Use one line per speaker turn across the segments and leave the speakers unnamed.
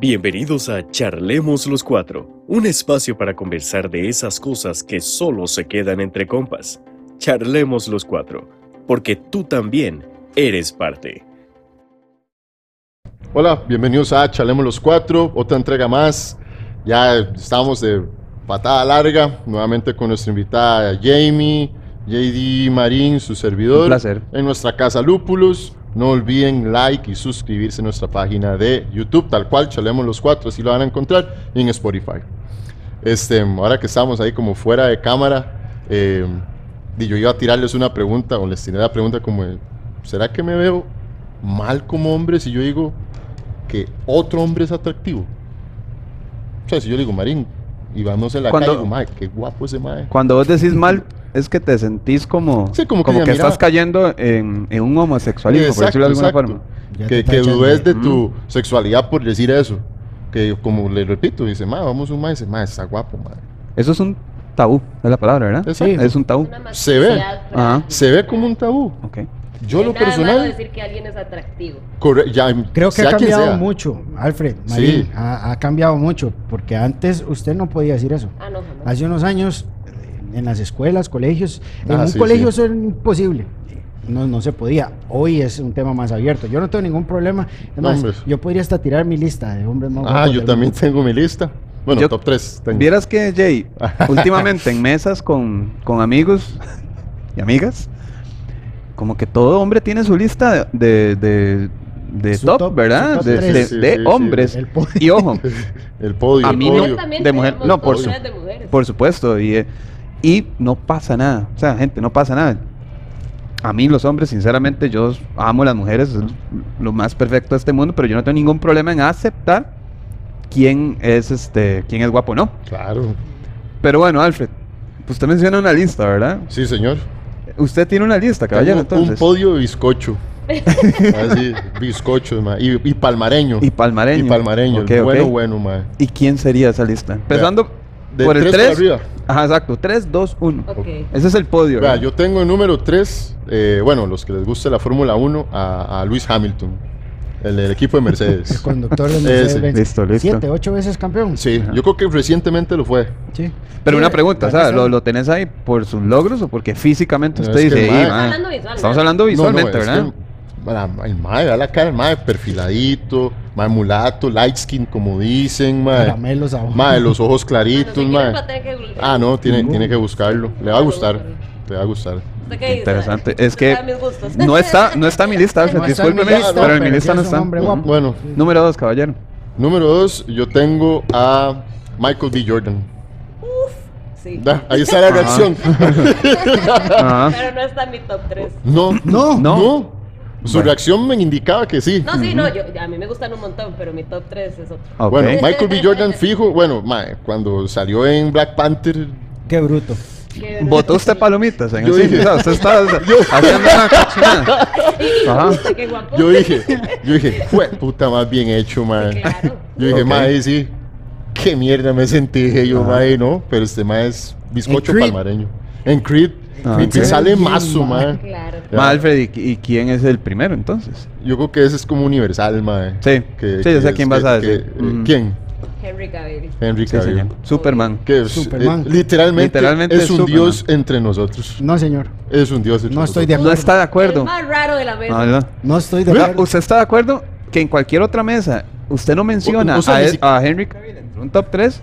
Bienvenidos a Charlemos los Cuatro, un espacio para conversar de esas cosas que solo se quedan entre compas. Charlemos los Cuatro, porque tú también eres parte.
Hola, bienvenidos a Charlemos los Cuatro, otra entrega más. Ya estamos de patada larga, nuevamente con nuestra invitada Jamie, JD Marín, su servidor.
Un placer.
En nuestra casa Lúpulos. No olviden like y suscribirse a nuestra página de YouTube, tal cual, Chalemos los Cuatro, así lo van a encontrar, y en Spotify. Este, ahora que estamos ahí como fuera de cámara, eh, y yo iba a tirarles una pregunta, o les tiré la pregunta como, ¿será que me veo mal como hombre si yo digo que otro hombre es atractivo? O sea, si yo le digo, Marín, y vamos en la
Cuando-
calle, digo, "Mae, qué guapo ese mae.
Cuando vos decís mal, es que te sentís como,
Sí, como que
como,
ya,
que
mira.
estás cayendo en, en un homosexualismo, por
Exacto,
decirlo de alguna
exacto.
forma.
Ya
Que,
te
que
tachan
dudes
de-
de tu
Mm.
sexualidad por decir eso. Que como le repito, dice, ma, vamos un ma, dice, ma, está guapo, ma.
Eso es un tabú, es la palabra, ¿verdad?
Exacto.
Es un tabú.
Se ve.
Ajá.
Se ve como un tabú.
Ok.
Yo lo personal,
decir que alguien es atractivo.
corre- ya,
Creo que
sea
ha
quien
cambiado
sea.
mucho, Alfred.
Sí.
Marín, ha, ha cambiado mucho, porque antes usted no podía decir eso.
Ah, no, jamás.
Hace unos años, en las escuelas, colegios, en
Ah,
un
sí,
colegio
sí.
eso era imposible. No, no se podía. Hoy es un tema más abierto. Yo no tengo ningún problema. Es
No,
más,
hombre.
yo podría hasta tirar mi lista de hombres más
Ah,
guapos
yo
del
también
mundo.
tengo mi lista. Bueno,
Yo-
top 3.
Vieras que, Jay, últimamente en mesas con, con amigos y amigas, como que todo hombre tiene su lista de, de, de
Su
top,
top- su
¿verdad?
top
de
tres.
de-
Sí, sí,
de
sí,
hombres.
El po-
Y ojo,
El podio.
A
el
mí
Y
no-
podio.
honestamente,
de mujer-
tenemos
no, por
posturas
su-
de mujeres.
Por supuesto, y, eh, y no pasa nada. O sea, gente, no pasa nada. A mí los hombres, sinceramente, yo amo a las mujeres, es lo más perfecto de este mundo, pero yo no tengo ningún problema en aceptar quién es este, quién es guapo, o ¿no?
Claro.
Pero bueno, Alfred, pues usted menciona una lista, ¿verdad?
Sí, señor.
Usted tiene una lista, caballero,
Tengo un
entonces.
podio de bizcocho. Así, bizcocho, ma. Y, y palmareño.
y palmareño.
Y palmareño. el
Ok, ok.
Bueno, bueno, ma.
¿Y quién sería esa lista? Empezando
De
por el
tres para
3.
arriba.
Ajá, exacto. 3, 2, 1.
Ok.
Ese es el podio.
Vea,
¿verdad?
yo tengo en número 3, bueno, los que les guste la Fórmula 1, a, a Luis Hamilton, el del equipo de Mercedes.
Conductor de Mercedes-Benz.
Listo, listo.
Siete, ocho veces campeón.
Sí, yo creo que recientemente lo fue.
Sí.
Pero
Sí,
una pregunta,
la
¿sabes?
razón.
¿Lo, lo tenés ahí por sus logros o porque físicamente
No,
usted
es que
dice,
el mae-
"Ey, mae"?
Estamos hablando visual,
Estamos
¿verdad?
No,
hablando
no,
visualmente,
es que
¿verdad?
la- el mae, vea la cara, el mae perfiladito, mae mulato, light skin como dicen, mae.
Caramelos abajo.
Mae, los ojos
Bueno, si
claritos,
quiere,
mae.
va a tener que-
Ah, no, tiene, tiene que buscarlo. Le va a gustar, le va a gustar.
¿Usted qué dice?
Interesante.
Usted
Es que
sabe mis gustos.
no está, no está en mi lista, Alfred,
No está en mi
discúlpeme,
lista,
pero en mi
pero
lista
ya
no
es un
está.
hombre
Ujú.
guapo.
Bueno,
Número dos, caballero.
número 2, yo tengo a Michael B. Jordan.
Sí.
Da, ahí está la reacción.
Ajá.
Pero no está en mi top 3.
No, no, no.
No.
Su reacción me indicaba que sí.
No, sí, no, yo, a mí me gustan un montón, pero mi top 3 es otro.
Ah, Ok.
Bueno, Michael B. Jordan fijo, bueno, mae, cuando salió en Black Panther,
Qué bruto.
Que-
¿Votó usted palomitas en
Yo
el
dije-
cine? O sea, usted está haciendo una cochinada. Ajá.
Qué guapo.
yo dije, yo dije, fue puta más bien hecho, mae.
Claro.
Yo dije,
Ok. Ah.
mae, sí, qué mierda me sentí, dije yo,
Ajá.
mae, no, pero este mae es bizcocho
En Creed.
palmareño. En Creed,
Ah,
en Creed
ok.
sale mazo, mae.
Claro.
Ya,
Ma, Alfred, ¿y, y quién es el primero entonces?
Yo creo que ese es como universal, mae.
Sí, sí, yo sé
es-
quién vas a decir.
que- eh,
Ujú.
¿Quién?
Henry Cavill.
Henry
Sí,
Cavill.
señor. Superman.
que es,
Superman.
eh, literalmente,
Literalmente
es un
Superman.
dios entre nosotros.
No, señor.
Es un dios entre
No estoy
nosotros.
de
No
acuerdo.
está de
El
acuerdo. Ah,
más raro de la mesa.
No, no.
No estoy de
Vea,
acuerdo.
¿Usted está de acuerdo que en cualquier otra mesa usted no menciona
O- o sea,
a,
ni
él-
siquiera-
a Henry Cavill entre un top 3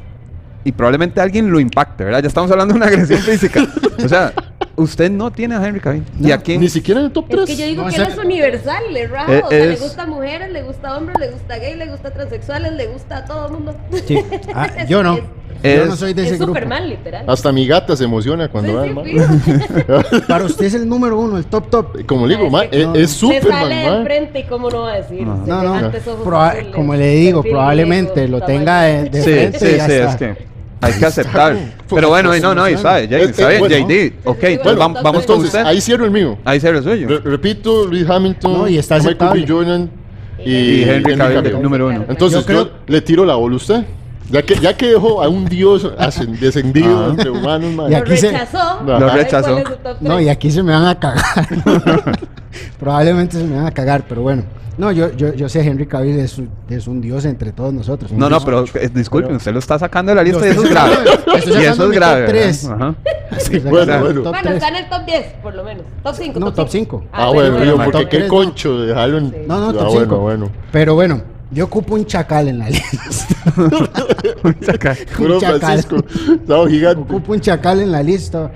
y probablemente alguien lo impacte, ¿verdad? Ya estamos hablando de una agresión física. O sea, usted no tiene a Henry Cavill. ¿Y a quién?
Ni siquiera en el top 3.
Es que yo digo
No,
que
o sea-
él es universal, es raro.
e-
Eh,
o sea,
es-
le gusta mujeres, le gusta hombres, le gusta gay, le gusta transexuales, le gusta a todo el mundo.
Sí. Ah, yo no. yo
Es-
no soy de
es
ese grupo.
Superman, literal.
Hasta mi gata se emociona cuando
Sí,
va
sí,
ma.
fijo.
Para usted es el número uno, el top top.
Como le digo, ma, e es,
No.
es
Se sale de
Superman, ma.
frente y cómo no va a decir.
No.
No, no.
Semejantes ojos
proba-
azules,
como le digo,
perfil
probablemente
griego,
lo
tamaño.
tenga de, de
Sí,
frente
sí,
y
sí,
ya
es
está.
que hay que aceptar. Pero bueno, y no, no, y sabe, Jay,
Eh,
está
eh,
bien,
bueno.
JD. Ok,
Sí, sí,
entonces
bueno,
vam- vamos con
entonces,
usted.
ahí cierro el mío.
Ahí se lo suyo.
Re- repito, Luis Hamilton,
No, y está
Michael B.
aceptable.
Jordan y,
Y Henry Cavill, número uno.
Entonces,
Yo creo-
yo le tiro la bola a usted. Ya que, ya que dejó a un dios ascen- descendido
Ah.
entre humanos, mae.
Lo
Ya- aquí se-
rechazó.
Lo
A ver,
rechazó.
¿cuál es su top
No,
tres?
y aquí se me van a cagar. Probablemente se me van a cagar, pero bueno. No, yo, yo, yo sé, Henry Cavill es, un- es un dios entre todos nosotros.
No, no, pero eh, disculpen, usted lo está sacando de la lista y eso es grave.
Estoy
Y
sacando
eso es
mi
grave. ¿verdad?
top tres.
Ajá.
Bueno,
Top
bueno.
Bueno,
tres.
está en el top 10, por lo menos. Top 5.
No, top cinco.
Ah, bueno,
bueno,
yo,
mae,
porque
top
qué
tres,
concho dejarlo en.
No, no,
ah,
top
bueno,
cinco.
bueno.
Pero bueno, yo ocupo un chacal en la lista.
Saca.
Puro
chacal.
Francisco, estaba gigante.
ocupo un chacal en la lista.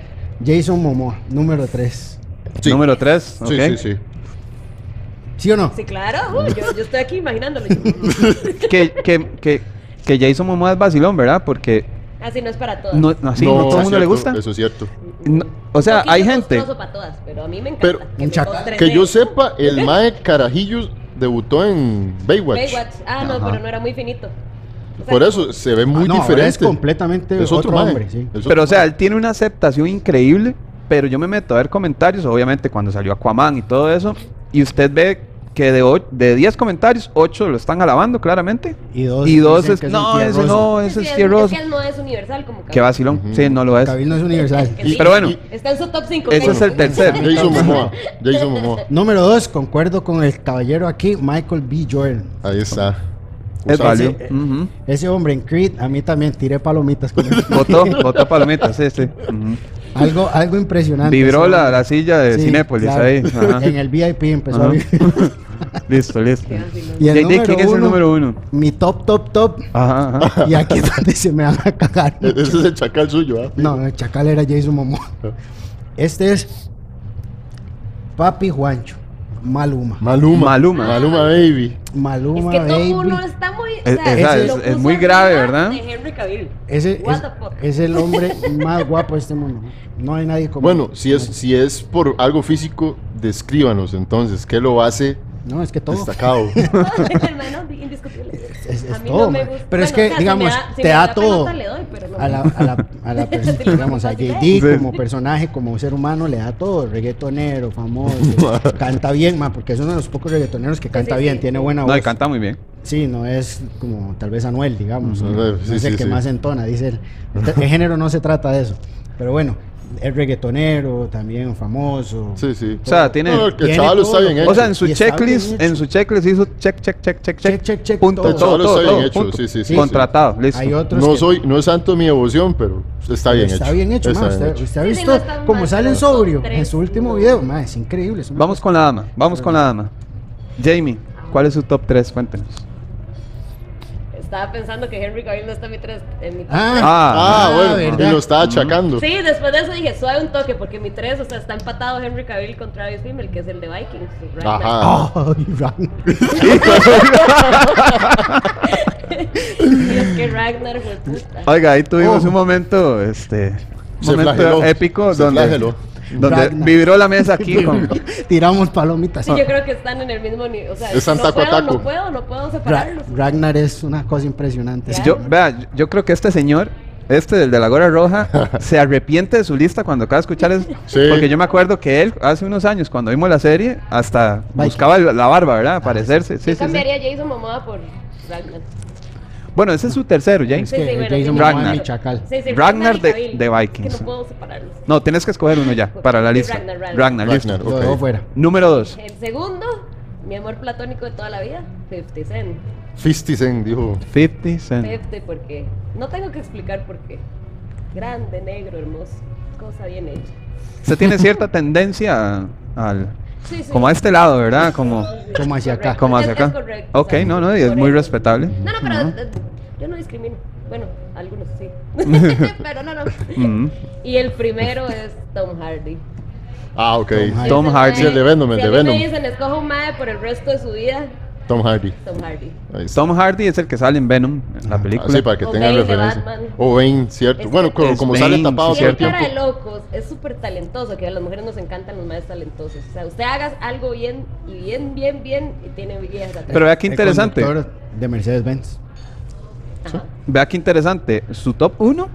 Jason Momoa, número 3.
Sí.
Número 3.
Sí, sí, sí.
¿Sí o no?
Sí, claro. uy, yo, yo estoy aquí imaginándolo. yo.
Que, que, que, que Jason Momoa es vacilón, ¿verdad? Porque
Así no es para todas.
no, no, así no, todo el mundo
es
le
cierto,
gusta.
Eso es cierto.
No, o sea,
Poquito
hay gente.
costoso para todas, pero a mí me encanta.
Pero-
que
Un
me
chacal.
postren
Que yo
en-
sepa, el Mae Carajillos debutó en Baywatch.
Baywatch. Ah, no,
Ajá.
pero no era muy finito. O sea,
Por eso se ve muy
Ah, no, ahora
diferente.
es completamente
Es otro,
otro
mae.
hombre, sí.
Es
Pero
otro
o sea, él tiene una aceptación increíble, pero yo me meto a ver comentarios, obviamente cuando salió Aquaman y todo eso, y usted ve que de o- de 10 comentarios, 8 lo están alabando claramente,
Y dos
y dos
dicen
es,
que es
no,
un
ese
tierroso".
no,
sí,
ese
sí,
es
es
tierroso,
que él no es universal como
que
Cabrera.
vacilón,
Ujú.
sí, no lo es.
Cavill no es universal.
que sí.
Pero bueno,
Está en su top 5.
Ese es el tercer.
mae. Jason Momoa. Jason Momoa.
Número 2, concuerdo con el caballero aquí, Michael B. Jordan.
Ahí está. E-,
es
Usado.
válido.
ese-
ujú.
Ese hombre en Creed, a mí también tiré palomitas con él.
Votó, votó palomitas, sí, sí. ujú.
algo, algo impresionante.
Vibró
ese
la,
hombre.
la silla de
Ah, Sí,
Cinépolis
claro.
ahí. ajá.
En el VIP empezó a
Ajá.
vivir.
Listo, listo.
Y el
JJ,
número
¿quién es el
uno? Ah,
número uno?
Mi top, top, top.
Ajá, ajá.
Y aquí es donde se me van a cagar.
Ese es el chacal suyo, ¿ah?
No, el chacal era Jason Momoa.
Ah.
Este es Papi Juancho. Maluma.
Maluma.
Maluma.
Maluma, baby.
Es
Maluma,
que top 1
baby.
está muy. o
Es-
sea,
esa
se
es-
lo
es
puso
muy
arriba
grave, ¿verdad?
de Henry Cavill.
Ese
What
es,
the fuck.
es el hombre más guapo de este mundo. No hay nadie como
Bueno,
él.
si es, si es por algo físico, descríbanos entonces. ¿Qué lo hace
No, es que todo.
destacado?
Hermano, indiscutible.
es- es
a mí
todo,
no me
man.
gusta.
Pero es
bueno,
que,
o sea, si
digamos,
me da- si
te
me
da
la
todo.
pelota, le doy, pero no.
a la, a la, a la persona, digamos, a JD como personaje, como ser humano, le da todo, reggaetonero, famoso, canta bien, ma, porque es uno de los pocos reggaetoneros que canta
sí,
bien,
sí.
tiene buena voz.
No, y canta muy bien.
Sí, no es como tal vez Anuel, digamos,
Ujú. eh,
no, no
Sí,
es el
sí,
que
sí.
más entona, dice él. Este, El género no se trata de eso, pero bueno, es reggaetonero, también famoso.
Sí, sí.
O sea, tiene...
No, el
Tiene
chaval
todo
está
lo-
bien hecho.
O sea, en su
Y está bien
checklist,
hecho.
en su checklist hizo check, check, check, check, check.
Check, check, check,
Punto,
todo.
todo,
Solo está
todo,
bien
todo,
hecho,
punto.
sí, sí, sí,
Contratado, listo.
Hay otros
No
que-
soy, no es santo mi devoción, pero está bien
está
hecho.
bien hecho, ma, usted, usted ha
Sí, sí,
visto
no está
cómo
mal,
sale en
pero son
sobrio en
tres,
su último
no.
video, ma, es increíble. es una
Vamos con la dama, vamos con la dama. Jamie, ¿cuál es su top 3? Cuéntenos.
Estaba pensando que Henry Cavill no está en mi tres- en mi top
Ah,
Ah,
Ah,
Ah,
bueno,
¿verdad?
y lo está achacando.
Sí, después de eso dije, suave un toque, porque mi 3, o sea, está empatado Henry Cavill contra Travis Fimmel, que es el de Vikings. Ragnar.
Ajá.
ay, Ragnar.
Y es que Ragnar fue puta.
Oiga, ahí tuvimos
Oh.
un momento, este, un
Se
momento
flageló,
épico
se
donde,
flageló.
donde
Ragnar.
vibró la mesa aquí con
Tiramos palomitas.
Sí, yo creo que están en el mismo nivel. O sea,
Es
no
taco a
puedo,
taco.
no puedo, no puedo
Ra-
separarlos.
Ragnar es una cosa impresionante.
Claro.
yo, vea, yo creo que este señor, este del de la gorra roja, se arrepiente de su lista cuando acaba de escuchar eso.
Sí.
Porque yo me acuerdo que él, hace unos años, cuando vimos la serie, hasta buscaba la la barba, ¿verdad? Parecerse. Sí,
Ah,
sí,
yo
sí.
cambiaría a Jason Momoa por Ragnar.
Bueno, ese es su tercero,
Es
James.
que Jason
sí,
Momoa
Ragnar.
es mi
chacal.
Sí, sí,
Ragnar
y
de-
Cavill.
de Vikings.
Es que no puedo separarlos.
No, tienes que escoger uno ya, para la lista.
Ragnar, Ragnar.
Ragnar, listo.
Ragnar,
Lo
ok.
dejó fuera.
Número dos.
El segundo, mi amor platónico de toda la vida, 50 Cent.
50 Cent dijo.
50 Cent.
50 porque no tengo que explicar por qué. Grande, negro, hermoso, cosa bien hecha.
Usted tiene cierta tendencia a- al...
Sí, sí.
Como a este lado, ¿verdad? Como,
Como hacia acá.
como hacia
Es- es
acá.
correcto,
Ok, no,
exacto.
no, y es muy
Correcto.
respetable.
No, no, pero
Ujú.
eh, yo no discrimino. Bueno, algunos sí. pero no, no.
Ujú.
Y el primero es Tom Hardy.
Ah, ok.
Tom
Ese mae-
Hardy. Sí,
el de Venom, el
si
de
a mí
Venom.
me dicen, escoja un mae por el resto de su vida,
Tom Hardy.
Tom Hardy.
Ahí está.
Tom Hardy es el que sale en Venom, en la
Ah, sí,
película.
para que
O
tengan
Bane de
referencia.
Batman.
O Bane, cierto.
Es
Bueno,
que-
como,
Es
como sale
Bane,
tapado
sí,
todo
Tiene
el
cierto.
cara de
tiempo.
locos, es súper talentoso, que a las mujeres nos encantan los más talentosos. O sea, usted hagas algo bien y bien, bien, bien y tiene viejas atrás.
Pero vea qué interesante.
El conductor de Mercedes-Benz.
Ajá.
Vea qué interesante. Su top 1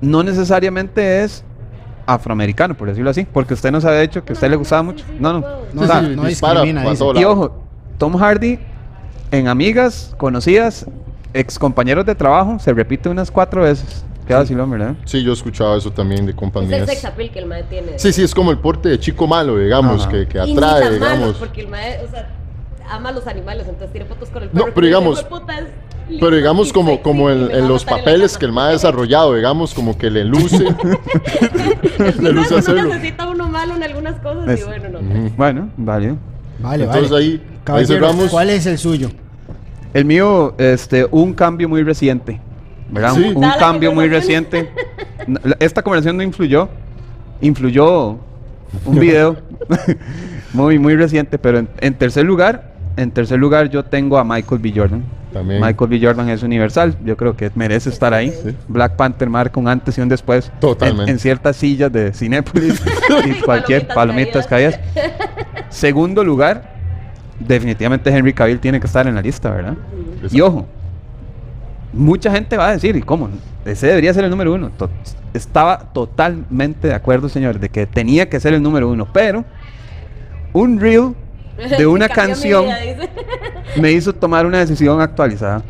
no necesariamente es afroamericano, por decirlo así, porque usted nos había dicho que a usted le gustaba mucho. No, no.
No,
O sea,
sí, no
dispara
discrimina,
para
dice.
todo
y
lado.
ojo, Tom Hardy en amigas conocidas ex compañeros de trabajo se repite unas cuatro veces. Qué vacilón, ¿verdad?
Sí, yo he escuchado eso también de
Es el
compañías.
sex appeal que el mae tiene.
Sí, sí, es como el porte de chico malo, digamos,
Ajá.
que, que
Y ni tan
atrae,
malo,
digamos.
porque el mae, o sea, ama a los animales, entonces tiene fotos con el
No,
perro.
pero
y dice,
digamos-
"Hijueputa, es lindo
Pero digamos
y
como,
sexy
como
y
en,
me va
en
a
los
matar en la
papeles
cama".
que el más ha desarrollado, digamos, como que le luce. le
Uno
luce hacerlo.
necesita uno malo en algunas cosas y
Es-
bueno, no.
Ujú.
Bueno, vale.
Vale,
Entonces
vale.
ahí, ahí
Caballero,
cerramos.
¿cuál es el suyo?
El mío, este, un cambio muy reciente. ¿Verdad?
Sí.
Un- Un,
Dada la
cambio muy
conversación.
reciente. No, la- Esta conversación no influyó. Influyó un video muy, muy reciente. Pero en, en tercer lugar, en tercer lugar yo tengo a Michael B. Jordan.
También.
Michael B. Jordan es universal. Yo creo que merece estar ahí. Black Panther marca un antes y un después. en-
Totalmente.
En, ciertas sillas de Cinépolis y cualquier palomitas
Palomitas
caídas. Segundo lugar, definitivamente Henry Cavill tiene que estar en la lista, ¿verdad?
Eso.
Y ojo, mucha gente va a decir, ¿y cómo? Ese debería ser el número uno. To- estaba totalmente de acuerdo, señor, de que tenía que ser el número uno, pero un reel de una
Cambió
canción
mi vida, dice.
me hizo tomar una decisión actualizada.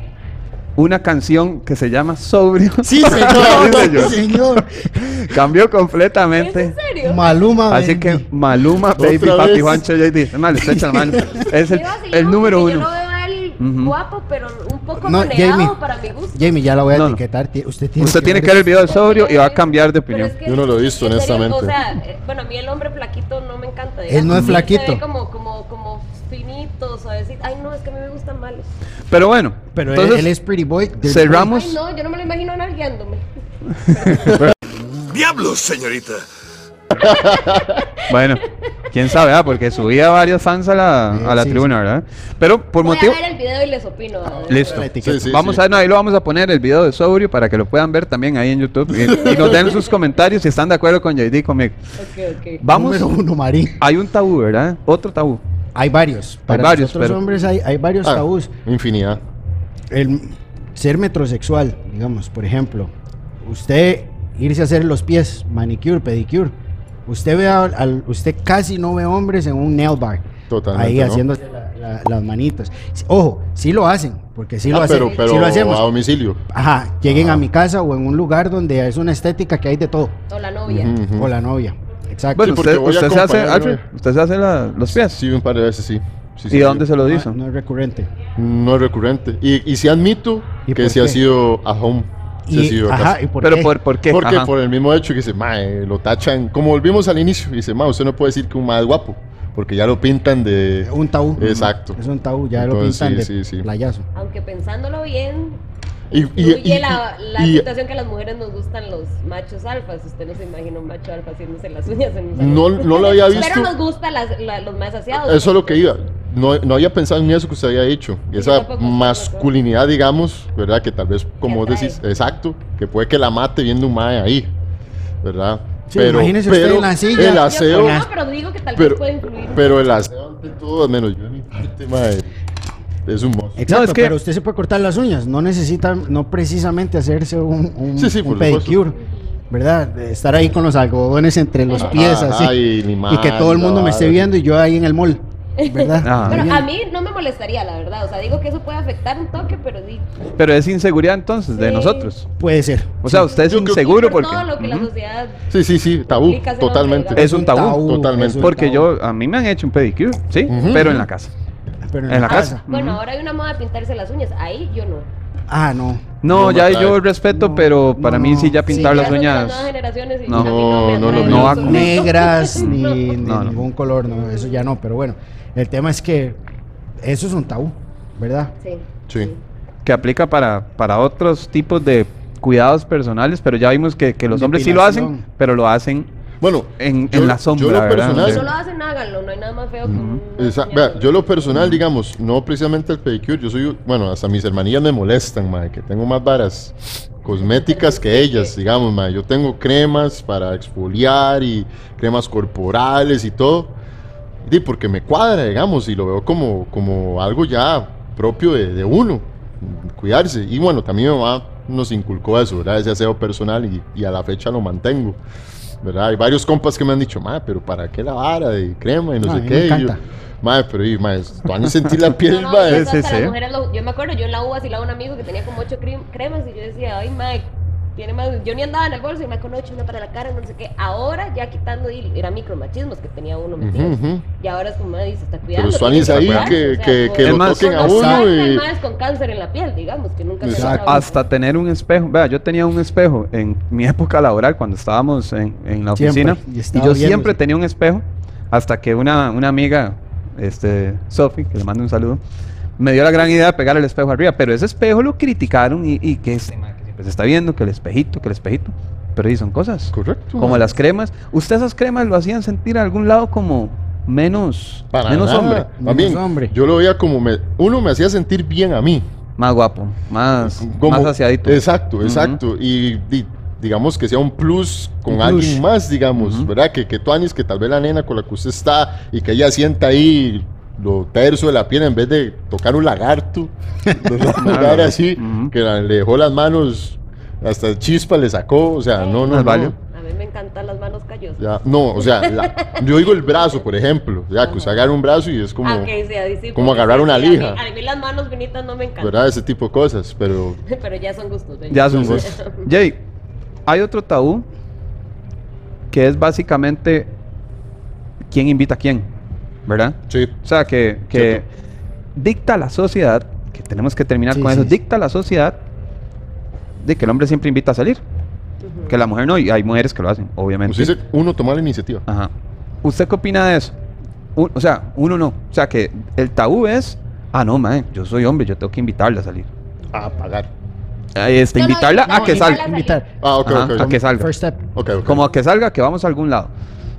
Una canción que se llama Sobrio
Sí,
señor.
señor. señor.
cambió
¿Es
completamente.
en serio?
Maluma.
Así
bendito.
que Maluma, Baby,
Otra
Papi,
vez.
Juancho, Este JD. Es más, les echa la mano. Es el,
Iba a seguir
el
con
número
que Yo
uno.
lo veo a él
Ujú.
guapo, pero un poco
No,
manejado
Jamie.
para mi gusto.
Jamie, ya la voy a
No, no.
etiquetar. ti- Usted tiene
Usted tiene que ver el video de Sobrio y va a cambiar de opinión.
Pero es
Yo no lo he visto,
en serio,
honestamente.
O sea, eh, bueno, a mí el hombre flaquito no me encanta.
Él no
digamos.
es
Sí,
flaquito.
Se ve como, como, como finito, suavecito. Ay, no, es que a mí me gustan malos.
Pero bueno,
Pero él-
entonces
él, es Pretty Boy. del-
cerramos.
Pues-
Ay, no, yo no me lo imagino nalgueándome.
¡Diablos, señorita!
Bueno, quién sabe, ah, porque subía varios fans a la,
Sí,
a la
sí,
tribuna, ¿verdad? Pero por
Voy
motivo.
a ver el video y les opino. a ver.
Listo.
La etiqueta.
Sí, sí.
vamos a no, ahí lo vamos a poner el video de Sobrio para que lo puedan ver también ahí en YouTube. Y, y nos den sus comentarios si están de acuerdo con JD y conmigo.
Ok, ok.
Vamos.
Número uno, Marín.
Hay un tabú, ¿verdad? Otro tabú.
Hay varios. Para
varios,
nosotros
pero-
hombres hay, hay varios
Ah,
tabús.
Infinidad.
El ser metrosexual, digamos, por ejemplo. Usted irse a hacer los pies, manicure, pedicure. Usted ve a- al- usted casi no ve hombres en un nail bar.
Totalmente,
Ahí
¿no?
haciéndose la- la- las manitas. Ojo, sí lo hacen, porque sí lo
Ah,
hacen.
pero
sí
pero
lo
a Ah.
hacemos.
domicilio.
Ajá, lleguen a mi casa o en un lugar donde es una estética que hay de todo.
O la novia.
Ujú, ujú.
O la novia. Exacto.
Bueno,
Sí, porque
usted,
voy a
usted se hace,
acompañar,
Alfred,
¿no?
usted se hace la- los pies.
Sí, un par de veces, sí. Sí, sí,
¿Y
sí. Ah,
dónde se lo hizo?
no, no es recurrente.
No es recurrente. Y, y sí admito
¿Y
que
por
sí ha
qué?
sido a home. Sí ha
Y-
sido a
ajá,
casa.
¿y por
Pero
qué?
por, por qué?
Porque
Ajá.
por el mismo hecho que dice, mae, lo tachan. Como volvimos al inicio, dice, mae, usted no puede decir que un mae es guapo. Porque ya lo pintan de.
un tabú.
Exacto.
Es un tabú, ya
Entonces,
lo pintan
sí,
de
sí, sí.
playazo.
Aunque pensándolo bien,
Y, y-
Incluye
y-
la, la
y-
situación que a las mujeres nos gustan los machos alfas. Usted no se imagina un macho alfa haciéndose las uñas en un salón.
No- no lo había visto.
Pero nos gustan las- la- los más aseados.
Eso es lo que iba. No, no había pensado en eso que usted había dicho.
Yo
Esa
tampoco, yo
masculinidad, digamos, ¿verdad? Que tal vez, como vos
atrae.
decís, exacto, que puede que la mate viendo un mae ahí, ¿verdad?
Sí, imagínese usted en la silla.
El
Yo
Yo-
aseo,
no, pero digo que tal vez
pero,
puede influir.
pero el aseo, ante todo, al menos yo en mi parte, mae, es un monstruo.
Exacto,
es que-
pero usted se puede cortar las uñas, no necesita, no precisamente hacerse un, un,
Sí, sí,
un
por supuesto.
pedicure, ¿verdad? De Estar ahí con los algodones entre los
Ajá,
pies,
ajá,
así,
y
y, que todo el mundo me esté
limando,
viendo y yo ahí en el mall, ¿verdad?
Ah.
Pero
Bien.
a mí no me molestaría, la verdad. O sea, digo que eso puede afectar un toque, pero di.
Pero es inseguridad entonces de
Sí.
nosotros.
Puede ser.
O sea, usted es
Yo creo-
inseguro
por
porque.
todo lo que la
Ujú.
sociedad.
Sí, sí, sí, tabú,
Implica ese
totalmente.
hombre,
Es un tabú,
totalmente.
es un
Porque
tabú.
yo, a mí me han hecho un pedicure, sí,
Ujú.
pero en la casa.
Pero
en la casa.
Bueno,
Ujú.
ahora hay una moda de pintarse las uñas. Ahí yo no.
Ah, no.
No,
No me
ya
atrae.
yo respeto,
No,
pero para
no,
mí sí
no.
ya pintar
Ya
las
son de
uñas.
nuevas generaciones y
no.
a mí me
No, no,
atrae
no,
en
Ah, no va
absoluto.
con-
negras ni de
No, no.
ningún color, no, eso ya no, pero bueno, el tema es que eso es un tabú, ¿verdad?
Sí.
Sí.
que aplica para, para otros tipos de cuidados personales, pero ya vimos que, que los hombres sí lo hacen,
Depilación.
pero lo hacen.
Bueno,
En-
yo-
en la sombra,
Yo lo
¿verdad?
Si
personal,
no lo hacen, háganlo. No hay nada más feo que un.
Esa- vea, yo lo personal, digamos, no precisamente el pedicure, yo soy, bueno, hasta mis hermanillas me molestan, madre, que tengo más varas cosméticas que ellas, digamos, madre. Yo tengo cremas para exfoliar y cremas corporales y todo, di, porque me cuadra, digamos, y lo veo como, como algo ya propio de, de uno, cuidarse. Y bueno, también mi mamá nos inculcó eso, ¿verdad? Ese aseo personal y, y a la fecha lo mantengo. ¿verdad? Hay varios compas que me han dicho, mae, pero ¿para qué la vara de crema y no,
No, a
sé
mí me
qué? Y yo,
encanta.
mae, pero y, mae, tú han de sentir la piel,
No, no,
mae.
eso
sí,
hasta
sí.
las mujeres lo- yo me acuerdo, yo en la U vacilaba a un amigo que tenía como ocho crim- cremas y yo decía, ay, Mike, tiene más. Yo ni andaba en el bolso y me con ocho, una para la cara, no sé qué. Ahora ya quitando, y era micromachismos que tenía uno metido.
Ujú, ujú.
Y ahora es como, "Ay, se está cuidando.
Pero suanis
tiene
ahí
cuidarse",
que,
o sea,
que, que
por-
lo
Es más,
toquen a
por
son
uno
suerte,
y...
más con cáncer en la piel, digamos, que nunca se
Exacto.
sabe.
Hasta tener un espejo. Vea, yo tenía un espejo en mi época laboral cuando estábamos en, en la
Siempre,
oficina.
y
Y,
estaba
yo
viéndose.
siempre tenía un espejo. Hasta que una, una amiga, este, Sophie, que le mando un saludo, me dio la gran idea de pegar el espejo arriba. Pero ese espejo lo criticaron y, y que, este man que siempre se está viendo, que el espejito, que el espejito. Pero y son cosas.
Correcto.
Como
mae.
las cremas. ¿Usted esas cremas lo hacían sentir a algún lado como menos,
Para
menos
nada.
hombre?
Más bien,
Menos hombre.
yo lo veía como... Me, uno me hacía sentir bien a mí.
Más guapo, más,
como-
más saciadito.
Exacto,
Ujú.
exacto. Y, di- digamos que sea un plus con
Un
alguien
plus.
más, digamos,
Ujú.
¿verdad? Que, que Tuanis, que tal vez la nena con la que usted está y que ella sienta ahí lo terzo de la piel en vez de tocar un lagarto, ¿verdad? Una
Claro.
vara así,
Ujú.
que la- le dejó las manos, hasta chispa le sacó, o sea, no, no,
Más
no.
vale.
A mí me encantan las manos callosas.
Ya, no, o sea, la- yo digo el brazo, por ejemplo, ya que usted agarra un brazo y es como,
Ah, que sea, sí,
como
porque
agarrar
sí,
una
a mí-
lija.
A mí, las manos bonitas no me encantan.
¿verdad? Ese tipo de cosas, pero
Pero ya son gustos. ¿eh?
Ya es un
Sí, sí.
gusto. Jay, hay otro tabú que es básicamente quién invita a quién, ¿verdad?
sí,
O sea, que, que dicta la sociedad, que tenemos que terminar
Sí,
con
sí,
eso,
sí.
dicta la sociedad de que el hombre siempre invita a salir,
Ujú.
que la mujer no, y hay mujeres que lo hacen, obviamente.
usted dice uno tomar la iniciativa.
Ajá. ¿Usted qué opina de eso? Un- o sea, uno no. O sea, que el tabú es, ah, no, man, yo soy hombre, yo tengo que invitarla a salir.
a pagar.
Ah, Este,
No, no,
invitarla a
invitarla,
que
invitarla
salga.
a
Invitar.
Ah, ok,
Ajá,
ok.
a que salga.
First step.
Ok, ok.
Como que salga, que vamos a algún lado.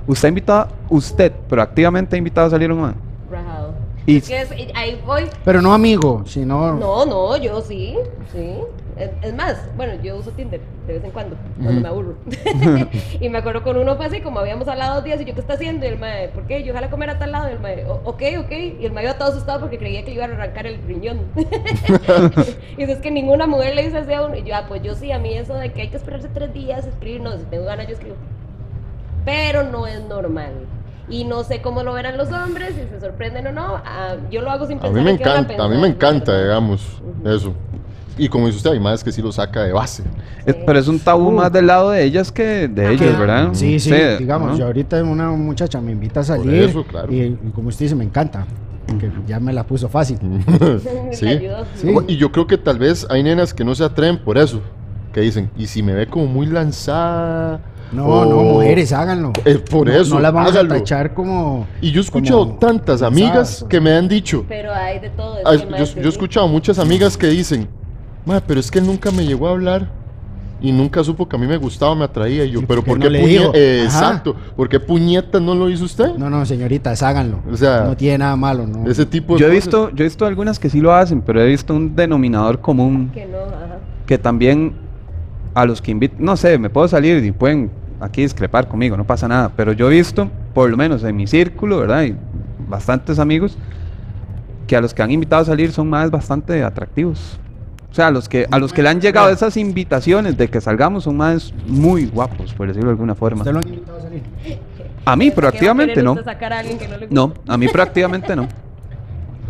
Usted ha invitado, usted proactivamente ha invitado a salir a un man.
Rajado.
Y-
Es que es- y ahí voy.
Pero no amigo, sino.
No, no, yo sí, sí. Es, es más, bueno, yo uso Tinder de vez en cuando, cuando
Ujú.
me aburro. y me acuerdo con uno fue así, como habíamos hablado dos días, y yo, ¿qué está haciendo? Y el mae, ¿por qué? Yo ojalá comer a tal lado. Y el mae, "O- ok, ok. Y el mae iba todo asustado porque creía que le iban a arrancar el riñón. y dice, es que ninguna mujer le dice así a uno. Y yo, ah, pues yo sí, a mí eso de que hay que esperarse tres días, escribir, no, si tengo ganas yo escribo. Pero no es normal. Y no sé cómo lo verán los hombres, si se sorprenden o no. Ah, yo lo hago sin
A
pensar
mí me
en qué van
encanta, a mí me
pensar, ¿no?
encanta, ¿eh? digamos,
Ujú.
eso. Y como dice usted, hay más que sí lo saca de base.
Es- pero es un tabú
Uh.
más del lado de ellas que de
Ah,
Ajá.
ellos, ¿verdad?
Sí, sí, digamos,
¿no?
yo ahorita una muchacha me invita a salir.
eso, claro.
y, y como usted dice, me encanta. Que ya me la puso fácil.
Me
sí.
ayudó.
Sí.
Y yo creo que tal vez hay nenas que no se atreven por eso. Que dicen, y si me ve como muy lanzada.
No,
o-
no, mujeres, háganlo.
Eh, Oh. por
No-
eso,
No las vamos
hágalo.
a tachar como.
Y yo he escuchado
como
tantas amigas
lanzadas, o-
que me han dicho,
Pero hay de todo. es
ah,
que,
es-
mae,
yo,
sí.
yo he escuchado muchas amigas que dicen, "Ma, pero es que él nunca me llegó a hablar y nunca supo que a mí me gustaba, me atraía. Y yo,
Sí,
pero ¿por
porque
qué
no le
puñe-
digo".
eh,
Ajá.
Exacto, ¿por qué puñeta no lo hizo usted?
No, no, señoritas, háganlo.
O sea,
no tiene nada malo, ¿no?
Ese tipo de
Yo he
cosas.
visto, yo he visto algunas que sí lo hacen, pero he visto un denominador común
Que no, ajá.
que también a los que invitan, no sé, me puedo salir y pueden aquí discrepar conmigo, no pasa nada, pero yo he visto, por lo menos en mi círculo, ¿verdad? Y bastantes amigos, que a los que han invitado a salir son más bastante atractivos. O sea, a los que, a los que le han llegado esas invitaciones de que salgamos son más muy guapos, por decirlo de alguna forma.
¿Usted lo han invitado a salir?
A mí
¿Qué va a
proactivamente
querer
no.
usted sacar a alguien que no le gusta?
No, a mí proactivamente no.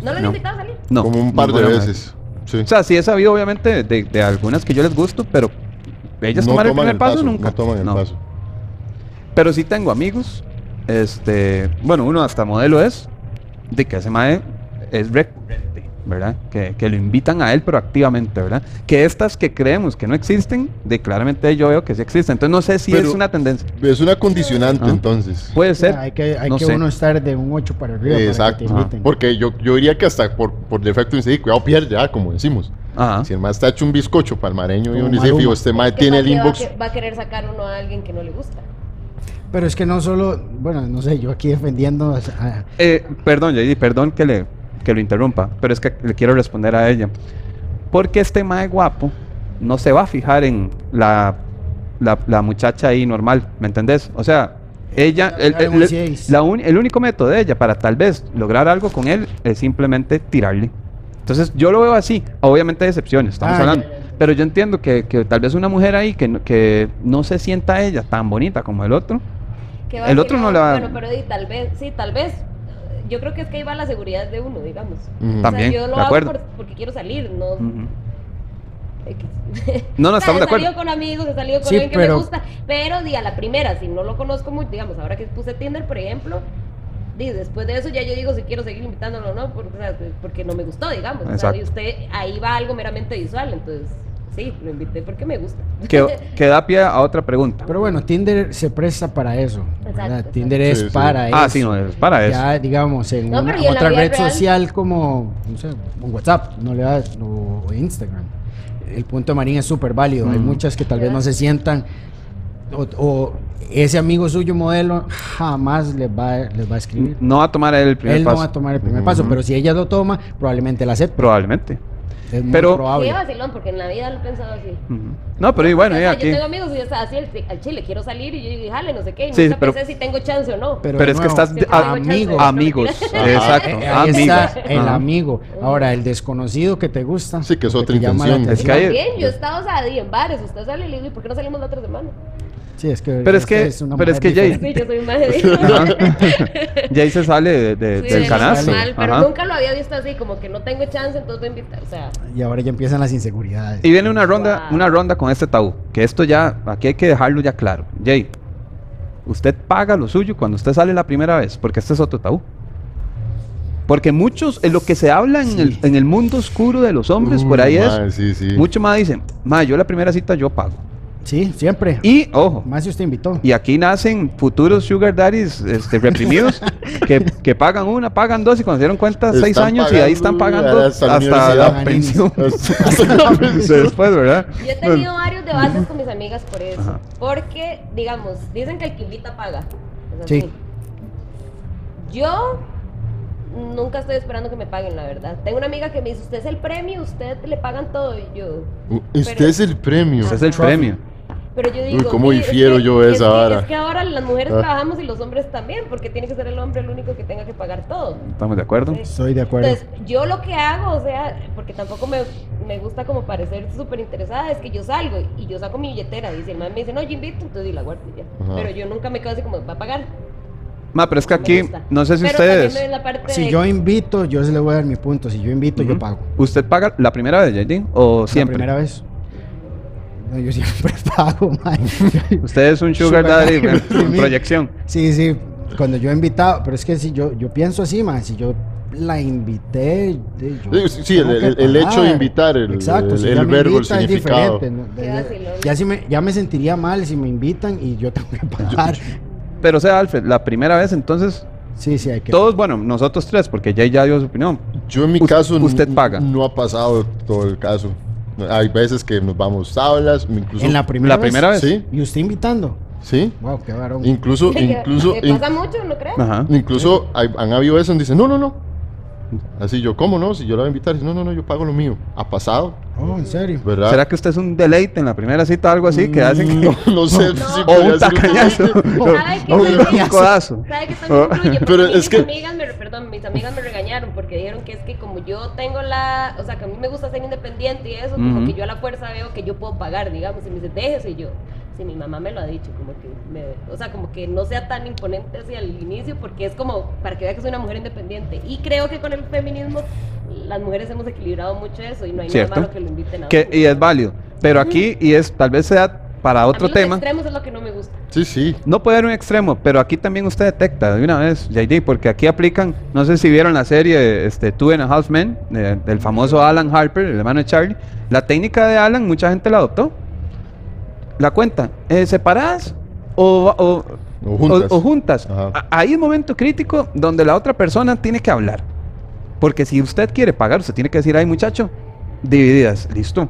¿No le han
no.
invitado a salir?
No.
como un par de
ninguna vez.
veces. Sí.
O sea, sí he sabido obviamente de, de algunas que yo les gusto, pero ellas
No
tomar el
toman
primer paso,
no
nunca.
toman el
No.
paso.
Pero sí tengo amigos, este, bueno, uno hasta modelo es, de que ese mae es recurrente, ¿verdad? Que, que lo invitan a él proactivamente, ¿verdad? Que estas que creemos que no existen, de claramente yo veo que sí existen. Entonces no sé si
Pero-
es una tendencia.
Es una condicionante
Ah.
entonces.
Puede ser.
Hay que, hay
no
que
sé.
uno estar de un 8 para arriba. Para que
Exacto.
te inviten.
Porque yo, yo diría que hasta por, por defecto dice, "Sí, cuidado pierde, ah, como decimos.
Ajá.
Si el más está hecho un bizcocho palmareño y
Como
uno dice,
Maluma.
"Fijo, este mae
¿Qué
tiene
tal
el
que va a
inbox.
que- Va, a querer sacar uno a alguien que no le gusta.
Pero es que no solo. Bueno, no sé, yo aquí defendiendo. a- a-
Eh, perdón, JD, perdón que, le, que lo interrumpa, pero es que le quiero responder a ella. Porque este mae guapo no se va a fijar en la, la, la muchacha ahí normal, ¿me entendés? O sea, ella, el,
Claro,
el-
un
el-
seis.
la un- el único método de ella para tal vez lograr algo con él es simplemente tirarle. Entonces yo lo veo así, obviamente hay excepciones, estamos
Ah,
hablando.
ya, ya,
Pero yo entiendo que, que tal vez una mujer ahí que, no- que no se sienta ella tan bonita como el otro.
¿Qué
El
a
otro
decir,
no
"Ah,
le va-
Bueno, pero di, tal vez, sí, tal vez. Yo creo que es que ahí va la seguridad de uno, digamos.
Ujú.
También,
yo lo
de
hago
acuerdo.
por- porque quiero salir, no.
Ujú.
X.
No, no,
O sea,
estamos de
He
acuerdo.
salido con amigos, he salido con
Sí,
alguien que
pero-
me gusta, pero di, a la primera, si no lo conozco mucho, digamos, ahora que puse Tinder, por ejemplo, di, después de eso ya yo digo si quiero seguir invitándolo o no, porque, o sea, pues, porque no me gustó, digamos. O sea,
Exacto.
y usted, ahí va algo meramente visual, entonces, sí, lo invité porque me gusta.
Que, que da pie a otra pregunta.
Pero bueno, Tinder se presta para eso. ¿verdad?
Exacto,
Tinder
exacto.
es
Sí, sí.
para eso.
ah, sí, no, es para eso.
Ya, digamos, en,
No,
una-
pero y en la
otra
vida
red
real.
social como, no sé, un WhatsApp, no le das, o o Instagram. El punto de Marín es súper válido. Hay
Ujú.
muchas que tal vez no
Ya.
se sientan, o, o ese amigo suyo modelo jamás les va, a- les va a escribir.
No va a tomar el Mm, primer
Él
paso. Mm,
no va a tomar el primer
Ujú.
paso, pero si ella lo toma, probablemente la acepte.
Probablemente.
Es muy
Pero-
Qué
probable.
vacilón, porque en la vida lo he pensado así.
Ujú. No, pero y bueno,
O
y
sea,
aquí.
Yo tengo amigos y yo estaba así al, al chile, quiero salir y yo dije, jale, no sé qué, y
Sí,
nunca
pero-
pensé si tengo chance o no.
Pero
Pero, de
es que
nuevo,
estás de-
Siempre
a-
digo chance,
amigos.
no
mentira.
exacto.
eh, ahí
amigos.
está el
Ajá.
amigo. Ahora, el desconocido que te gusta.
Sí, que es
o
otra
te llama la
intención.
Es que
atención.
hay-
Bien, yo estaba, o sea, di en bares, usted sale y le digo, ¿y por qué no salimos la otra semana?
Sí, es que,
Pero es que-
una
pero es
mujer
que Jay-
diferente.
Sí, yo soy más de...
Ajá. ya ahí se sale de- de-
Sí,
del
es
canasto.
normal, pero
Ajá.
nunca lo había visto así, como que no tengo chance, entonces voy a invitar, o sea...
Y ahora ya empiezan las inseguridades.
Y viene una ronda,
Wow.
una ronda con este tabú. Que esto ya, aquí hay que dejarlo ya claro. Jay, usted paga lo suyo cuando usted sale la primera vez, porque este es otro tabú. Porque muchos, en lo que se habla en, el, en el mundo oscuro de los hombres, por
Uy,
ahí
Mm, mae,
es,
Sí, sí.
mucho más dicen, ma, yo la primera cita yo pago.
Sí, siempre.
Y, ojo,
Más si usted invitó.
y aquí nacen futuros sugar daddies este, reprimidos que, que pagan una, pagan dos y cuando se dieron cuenta
Están
seis años y ahí están
pagando
pagando
hasta la
hasta, la
universidad.
pensión.
Después-
Después, ¿verdad?
Yo he tenido varios debates con mis amigas por eso.
Ajá.
Porque, digamos, dicen que el que invita paga. Es
Sí.
así. Yo nunca estoy esperando que me paguen, la verdad. Tengo una amiga que me dice, usted es el premio, usted le pagan todo. Y yo,
Este es el premio.
Ese es el premio.
pero yo digo...
¿cómo
"Sí,
difiero yo de
es
esa
que-
vara?
Es que ahora las mujeres
Ah.
trabajamos y los hombres también, porque tiene que ser el hombre el único que tenga que pagar todo.
¿Estamos de acuerdo?
Sí.
Estoy de acuerdo.
Entonces, yo lo que hago, o sea, porque tampoco me, me gusta como parecer súper interesada, es que yo salgo y yo saco mi billetera. Y si el man me dice, no, yo invito, entonces di la guardo y ya.
Ajá.
Pero yo nunca me quedo así como, va a pagar.
Ma, pero es que
Me
aquí,
gusta.
no sé si
Pero
ustedes,
también me la parte
Si
de-
yo invito, yo se le voy a dar mi punto. Si yo invito, yo
Ujú.
pago.
¿usted paga la primera vez, Jayden? ¿O
La
siempre?
primera vez. No, yo siempre pago, man.
Usted es un sugar
Sugar
daddy
daddy,
en- en
sí.
proyección.
Sí, sí. Cuando yo he invitado, pero es que si yo, yo pienso así, man. Si yo la invité. de- yo
Sí, sí, el-
tengo que
el- el hecho de
pagar.
invitar, el- el-
si
el
ya me
verbo, el
invitan, es
significado.
diferente, ¿no?
Qué vacilón.
Ya, sí me, ya me sentiría mal si me invitan y yo tengo que pagar.
Pero o sea, Alfred, la primera vez, entonces,
Sí, sí, hay que.
todos, bueno, nosotros tres, porque Jay ya dio su opinión.
Yo en mi
Us-
caso n-
usted paga.
no ha pasado todo el caso. Hay veces que nos vamos tablas, incluso
En la primera,
Pues la primera vez.
Sí,
Y usted invitando.
sí.
Wow, qué varón.
Incluso
Que-
incluso
que pasa mucho, ¿no crees?
Ajá.
in- incluso hay- han habido veces donde dicen, "No, no, no." Así yo, ¿cómo no? Si yo la voy a invitar, dice, "No, no, no, yo pago lo mío." Ha pasado,
Oh, en serio.
¿verdad?
¿Será que usted es un deleite en la primera cita, algo así, que hacen que...
no, no sé si
O
o
podría
un
ser
tacañazo,
¿Sabe qué?
o un codazo.
¿Sabe qué también
Ah,
influye? Porque
Pero
a mí
es
mis
que-
amigas me, perdón, mis amigas me regañaron porque dijeron que es que como yo tengo la, o sea, que a mí me gusta ser independiente y eso, como
Ujú.
que yo a la fuerza veo que yo puedo pagar, digamos, y me dice, déjese y yo. Si mi mamá me lo ha dicho, como que me- o sea, como que no sea tan imponente hacia el inicio porque es como para que vea que soy una mujer independiente y creo que con el feminismo las mujeres hemos equilibrado mucho eso y no hay
Cierto.
nada malo que lo inviten a
Que,
uno.
y es válido. Pero aquí, y es tal vez sea para
A
otro
mí
tema.
Los extremos es lo que no me gusta.
Sí, sí.
No puede haber un extremo, pero aquí también usted detecta de una vez, JD, porque aquí aplican, no sé si vieron la serie este, Two and a Half Men, de- del famoso Alan Harper, el hermano de Charlie. La técnica de Alan, mucha gente la adoptó. La cuenta, eh, separadas o, o-
O juntas.
o- o juntas.
Ajá.
A- Ahí es un momento crítico donde la otra persona tiene que hablar. Porque si usted quiere pagar, usted tiene que decir, ay muchacho, divididas, listo.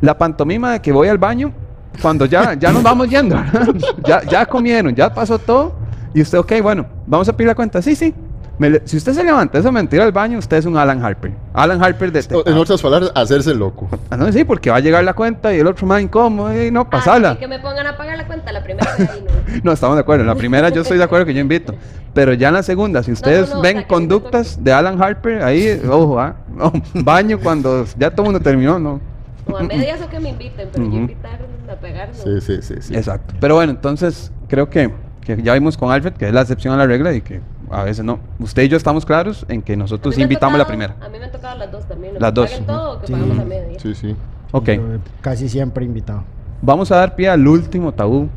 La pantomima de que voy al baño cuando ya, ya nos vamos yendo, ¿verdad? ya, ya comieron, ya pasó todo. Y usted, ok, bueno, vamos a pedir la cuenta. Sí, sí. Me le- si usted se levanta esa mentira al baño, usted es un Alan Harper. Alan Harper de...
O- En otras palabras, hacerse loco.
Ah, no, sí, porque va a llegar la cuenta y el otro más incómodo, y no, pasala.
Así que me pongan a pagar la cuenta la primera vez. ahí no.
No, estamos de acuerdo. En la primera yo estoy de acuerdo que yo invito. Pero ya en la segunda, si ustedes
no, no,
ven
o sea, que
conductas de Alan Harper, ahí, ojo, ah, no, baño cuando ya todo el mundo terminó, no.
O a medias o que me inviten, pero
Ujú.
yo invitar a pegar. no.
Sí, sí, sí. sí.
Exacto. Pero bueno, entonces creo que, que ya vimos con Alfred que es la excepción a la regla y que a veces no. Usted y yo estamos claros en que
A mí
nosotros
me
sí
ha
invitamos la
tocado-
primera.
A mí me han tocado las dos también. o
Las
que
dos,
Paguen
ujú.
todo o que
Sí.
pagamos a medias.
Sí, sí.
Ok.
Yo Casi siempre invitado.
Vamos a dar pie al último tabú,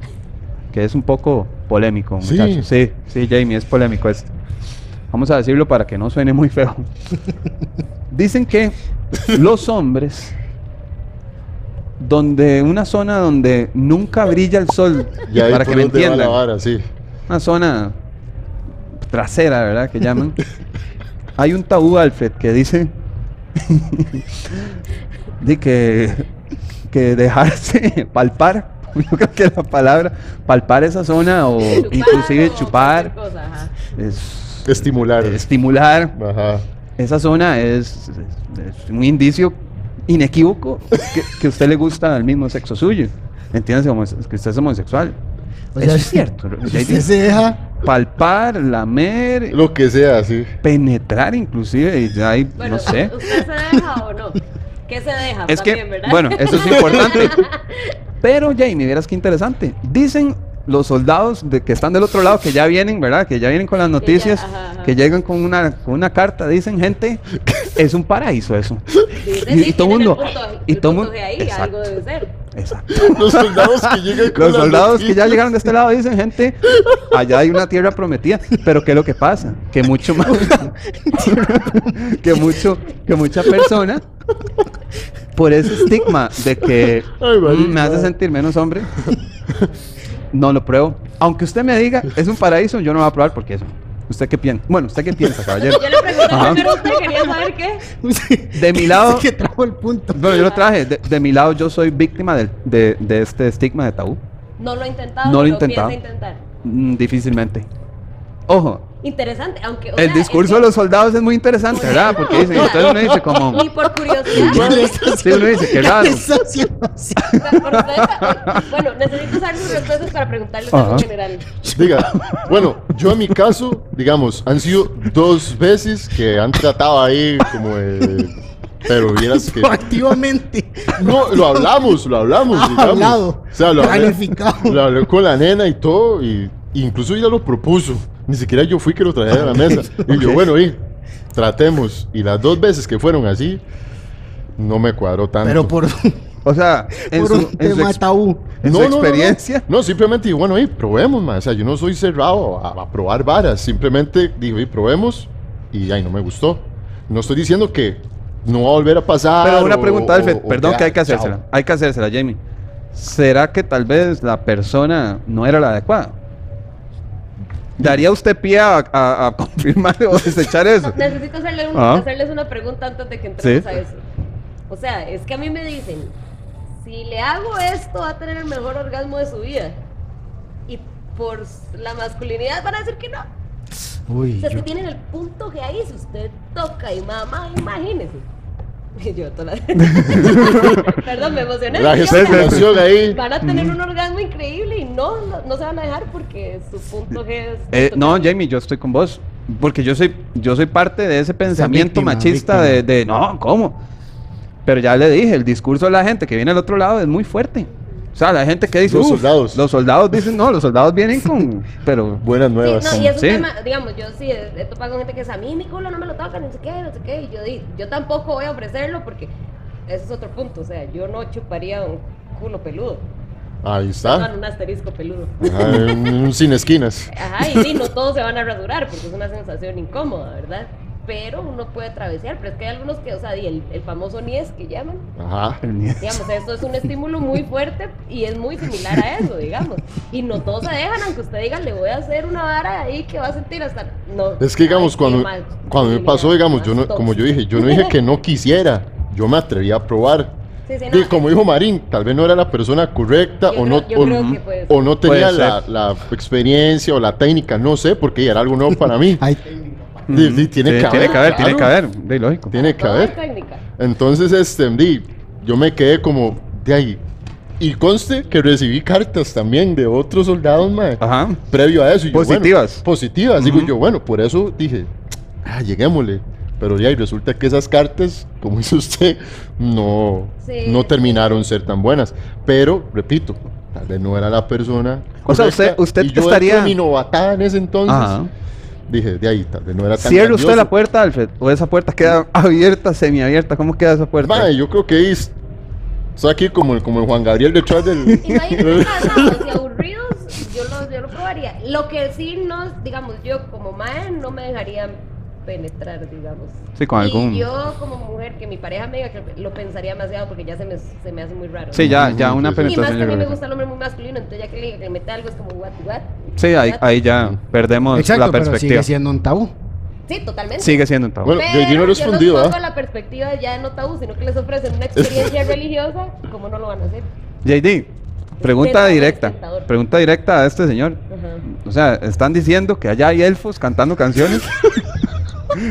que es un poco polémico,
Sí.
muchachos. Sí, sí, Jamie, es polémico este. Vamos a decirlo para que no suene muy feo. Dicen que los hombres, donde una zona donde nunca brilla el sol,
Y ahí
para que
por
me
donde va la
entiendan,
vara, sí.
una zona trasera, ¿verdad? Que llaman. Hay un tabú, Alfred, que dice de que, que dejarse palpar, yo creo que la palabra palpar esa zona o
Chupar
inclusive
o
chupar,
cualquier cosa, ajá.
es,
Estimular.
estimular,
Ajá.
esa zona es, es- es un indicio inequívoco que, que a usted le gusta al mismo sexo suyo. ¿Entiendes? Como es- es que usted es homosexual.
O
Eso
sea,
es cierto.
Si usted se deja,
palpar, lamer,
Lo que sea, sí.
penetrar inclusive, y ya hay-
Bueno,
no sé.
¿Usted se deja o no? ¿Qué se deja?
Es
también,
que,
¿verdad?
bueno, eh, eso es importante. Pero Jamie, vieras qué interesante. Dicen los soldados de que están del otro lado, que ya vienen, ¿verdad? Que ya vienen con las
Que ya,
noticias, que,
ajá, ajá.
llegan con una, con una carta, dicen, gente, es un paraíso eso.
Dicen,
y-
sí,
y todo
tienen el
mundo-
punto-
y
el
todo
punto
mundo-
de ahí,
exacto.
algo debe ser.
Exacto.
Los soldados que llegan con
Los
las
soldados que ya
noticias.
llegaron de este lado dicen, gente, allá hay una tierra prometida. Pero ¿qué es lo que pasa? Que mucho más... que mucho... Que mucha persona... Por ese estigma de que
Ay,
"Mm, me
marica.
hace sentir menos hombre, no lo pruebo. Aunque usted me diga, es un paraíso, yo no lo voy a probar porque eso. ¿Usted qué piensa? Bueno, ¿usted qué piensa, caballero?
Yo le pregunté
Ajá.
primero a usted, quería saber qué.
De mi lado,
que trajo el punto.
bueno, yo lo traje. De, de mi lado, yo soy víctima del- de, de este estigma de tabú.
No lo ha intentado.
No lo he
piensa
intentado.
intentar.
Mm, difícilmente. Ojo,
Interesante, aunque. o
El
sea,
discurso
es
de
que-
los soldados es muy interesante,
Por
¿verdad?
eso,
Porque dicen,
o sea,
entonces uno dice como,
Ni por curiosidad.
Ya le está
Sí, uno dice, qué
ya
raro.
le está haciendo así.
Por defensa, bueno, necesito saber sus respuestas para preguntarles
Ajá.
algo general.
Diga, bueno, yo en mi caso, digamos, han sido dos veces que han tratado ahí como de... Pero vieras que...
Proactivamente.
No, lo hablamos, lo hablamos.
Ah,
digamos.
hablado.
O sea, lo hablé,
Planificado.
lo hablé con la nena y todo, y incluso ella lo propuso. Ni siquiera yo fui que lo traía a la mesa. Y yo, bueno, y tratemos. Y las dos veces que fueron así, no me cuadró tanto.
Pero por,
o sea, en
por
su,
un
en su
tema
ex-
tabú.
en su experiencia,
No, simplemente digo, bueno, y probemos, man. O sea, yo no soy cerrado a, a probar varas. Simplemente digo, y probemos. Y ay, no me gustó. No estoy diciendo que no va a volver a pasar.
pero una
o-
pregunta,
o-
Alfred,
o
perdón que hay que
chao.
hacérsela, hay que hacérsela, Jamie. ¿Será que tal vez la persona no era la adecuada? ¿Daría usted pie a, a- a confirmar o desechar eso?
Necesito hacerle un-
Ah.
hacerles una pregunta antes de que entremos
Sí.
a eso. O sea, es que a mí me dicen, si le hago esto va a tener el mejor orgasmo de su vida. Y por la masculinidad van a decir que no. O
Uy,
sea, es que
yo-
tienen el punto G ahí, si usted toca y mamá, imagínese. Y yo toda la- Perdón, me emocioné.
La
Sí, o sea,
gesticulación ahí.
Van a tener un orgasmo increíble y no, no, no se van a dejar porque su punto G es...
Eh, no,
tocar.
Jamie, yo estoy con vos. Porque yo soy, yo soy parte de ese pensamiento
víctima,
machista de,
víctima.
de, no, ¿cómo? Pero ya le dije, el discurso de la gente que viene al otro lado es muy fuerte. O sea, la gente que dice.
Los
"Uf,
soldados".
Los soldados dicen, no, los soldados vienen con. Pero.
Buenas nuevas.
Sí, no, y es un
Sí.
tema, digamos, yo sí he, he topado con gente que dice, a mí mi culo no me lo toca, no sé qué, no sé qué, y yo, di- yo tampoco voy a ofrecerlo porque ese es otro punto, o sea, yo no chuparía un culo peludo,
Ahí
no,
está.
un asterisco peludo.
Ajá, un- un sin esquinas.
Ajá, y sí, no todos se van a rasurar porque es una sensación incómoda, ¿verdad? Pero uno puede atravesar, pero es que hay algunos que, o sea, y el, el famoso niés que llaman,
Ajá.
digamos, esto es un estímulo muy fuerte y es muy similar a eso, digamos. Y no todos se dejan, aunque usted diga, le voy a hacer una vara ahí que va a sentir hasta... No,
Es que digamos,
Ay, qué
cuando,
mal.
cuando me
Mira,
pasó, digamos,
más
yo no, como yo
tóxico.
dije, yo no dije que no quisiera, yo me atreví a probar.
Sí, sí,
Y
no,
como dijo Marín, tal vez no era la persona correcta
Yo
o,
creo- yo
no,
creo
o-
que puede ser.
o no tenía
Puede
la,
ser.
la experiencia o la técnica, no sé, porque era algo nuevo para mí.
Ay,
Di- di, tiene,
mm, Sí,
que haber,
tiene que haber, tiene
claro,
que haber. de lógico.
Tiene que
todo
haber.
es técnica.
Entonces, este, di, yo me quedé como de ahí. Y conste que recibí cartas también de otros soldados, mae
Ajá.
previo a eso. y yo, bueno,
Positivas.
positivas. Digo
Ujú.
yo, bueno, por eso dije, ah, lleguémosle. Pero ya, y resulta que esas cartas, como dice usted, no,
Sí.
no terminaron ser tan buenas. Pero, repito, tal vez no era la persona.
O sea, usted-
correcta,
usted
y yo
estaría-
dentro de mi novatada en ese entonces.
Ajá.
Dije, de ahí, tal vez no era tan
Cierre usted la
grandioso.
puerta, Alfred. O esa puerta queda abierta, semiabierta. ¿Cómo queda esa puerta?
Mae, yo creo que es. Estoy aquí como el, como el Juan Gabriel detrás del.
Imagínense cansados y aburridos, yo lo, yo lo probaría. Lo que sí no, digamos, yo como madre no me dejaría penetrar, digamos.
Sí, con
y
algún-
yo como mujer, que mi pareja me diga que lo pensaría demasiado porque ya se me, se me hace muy raro.
Sí, ya, ya una
Y más
Y más
penetración. yo
que a mí me
creo que-
gusta el hombre muy masculino, entonces ya que le diga que me meta algo es como what, what.
Sí, ahí,
what.
ahí ya perdemos
Exacto,
la
pero
perspectiva.
sigue
Sigue
siendo un tabú.
Sí, totalmente.
siendo, un tabú.
Bueno, yo- yo no he respondido,
Yo
¿ah?
no pongo la perspectiva ya no tabú, sino que les ofrecen una experiencia religiosa, ¿cómo no lo van a hacer?
JD, pregunta
Respeta al
directa.
espectador.
Pregunta directa a este señor.
Ajá.
O sea, están diciendo que allá hay elfos cantando canciones.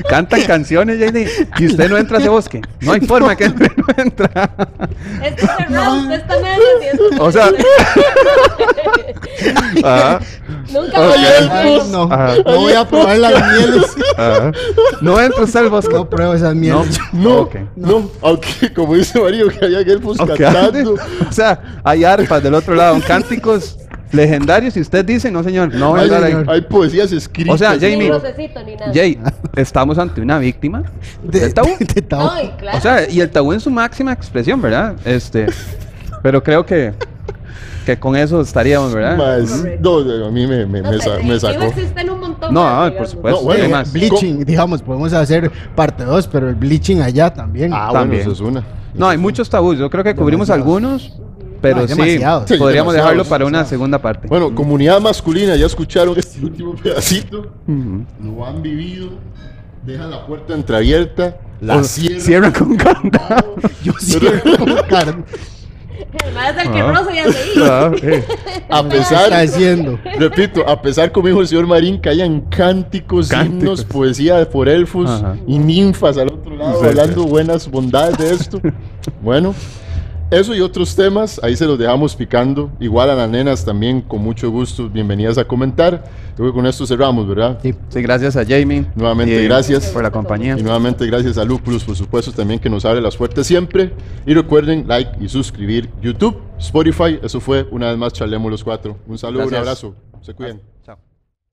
Cantan canciones, JD. Y usted no entra a ese bosque. No hay forma que entre, no entra.
Es que cerrado, usted está medio haciendo-
O sea- Ajá,
Nunca
Ok.
voy a
Ay,
hacer eso.
no,
Ajá.
no voy a probar las mieles.
ajá. No entra usted al bosque.
No pruebo esas
No,
mieles.
No,
Ok.
no, aunque como dice Mario, que había elfos
Ok.
cantando.
O sea, hay arpas del otro lado, cánticos legendarios. Y usted dice, no, señor, no voy a
Hay,
entrar ahí.
hay poesías escritas.
O sea, Jamie-
Ni
bro.
rocecito, ni nada.
Jay, estamos ante una víctima
De,
del tabú.
de- de tabú.
Ay, claro.
O sea, y el tabú en su máxima expresión, ¿verdad? Este, pero creo que, que con eso estaríamos, ¿verdad?
Mae, sí, no, no, a mí me, me,
No
me
sé,
sa-
sí,
me
sí
sacó.
existen un montón
No,
más,
ah, por
digamos.
supuesto.
bueno,
Eh,
¿qué más?
Bleaching, digamos, podemos hacer parte 2, pero el bleaching allá también.
Ah,
También.
bueno, eso es una.
No, hay muchos tabús. Yo creo que cubrimos
Demasiados.
algunos, pero sí,
No, demasiados.
Sí, demasiados,
podríamos dejarlo para una
demasiados.
segunda parte.
Bueno, comunidad masculina, ya escucharon este último pedacito.
Ujú.
Lo han vivido. Dejan la puerta entreabierta. La
O-
cierran.
cierra con canta.
Yo cierro con carne.
Además del que
Ah.
roce ya se iba.
Ah, eh.
A
¿Qué está
pesar.
haciendo?
Repito, a pesar, como dijo el señor Marín, que hayan cánticos,
Cánticos.
himnos, poesía por elfos
Ajá.
y ninfas al otro lado,
Sí,
hablando
sí.
buenas bondades de esto. bueno, eso y otros temas, ahí se los dejamos picando. Igual a las nenas también, con mucho gusto, bienvenidas a comentar. Yo creo que con esto cerramos, ¿verdad?
Sí.
Sí, gracias a Jamie.
Nuevamente,
y
gracias.
Por la compañía.
Y nuevamente gracias a Luculus, por supuesto, también que nos abre las puertas siempre. Y recuerden, like y suscribir YouTube, Spotify. Eso fue una vez más Charlemos los Cuatro. Un saludo, un
Gracias.
abrazo. Se cuiden.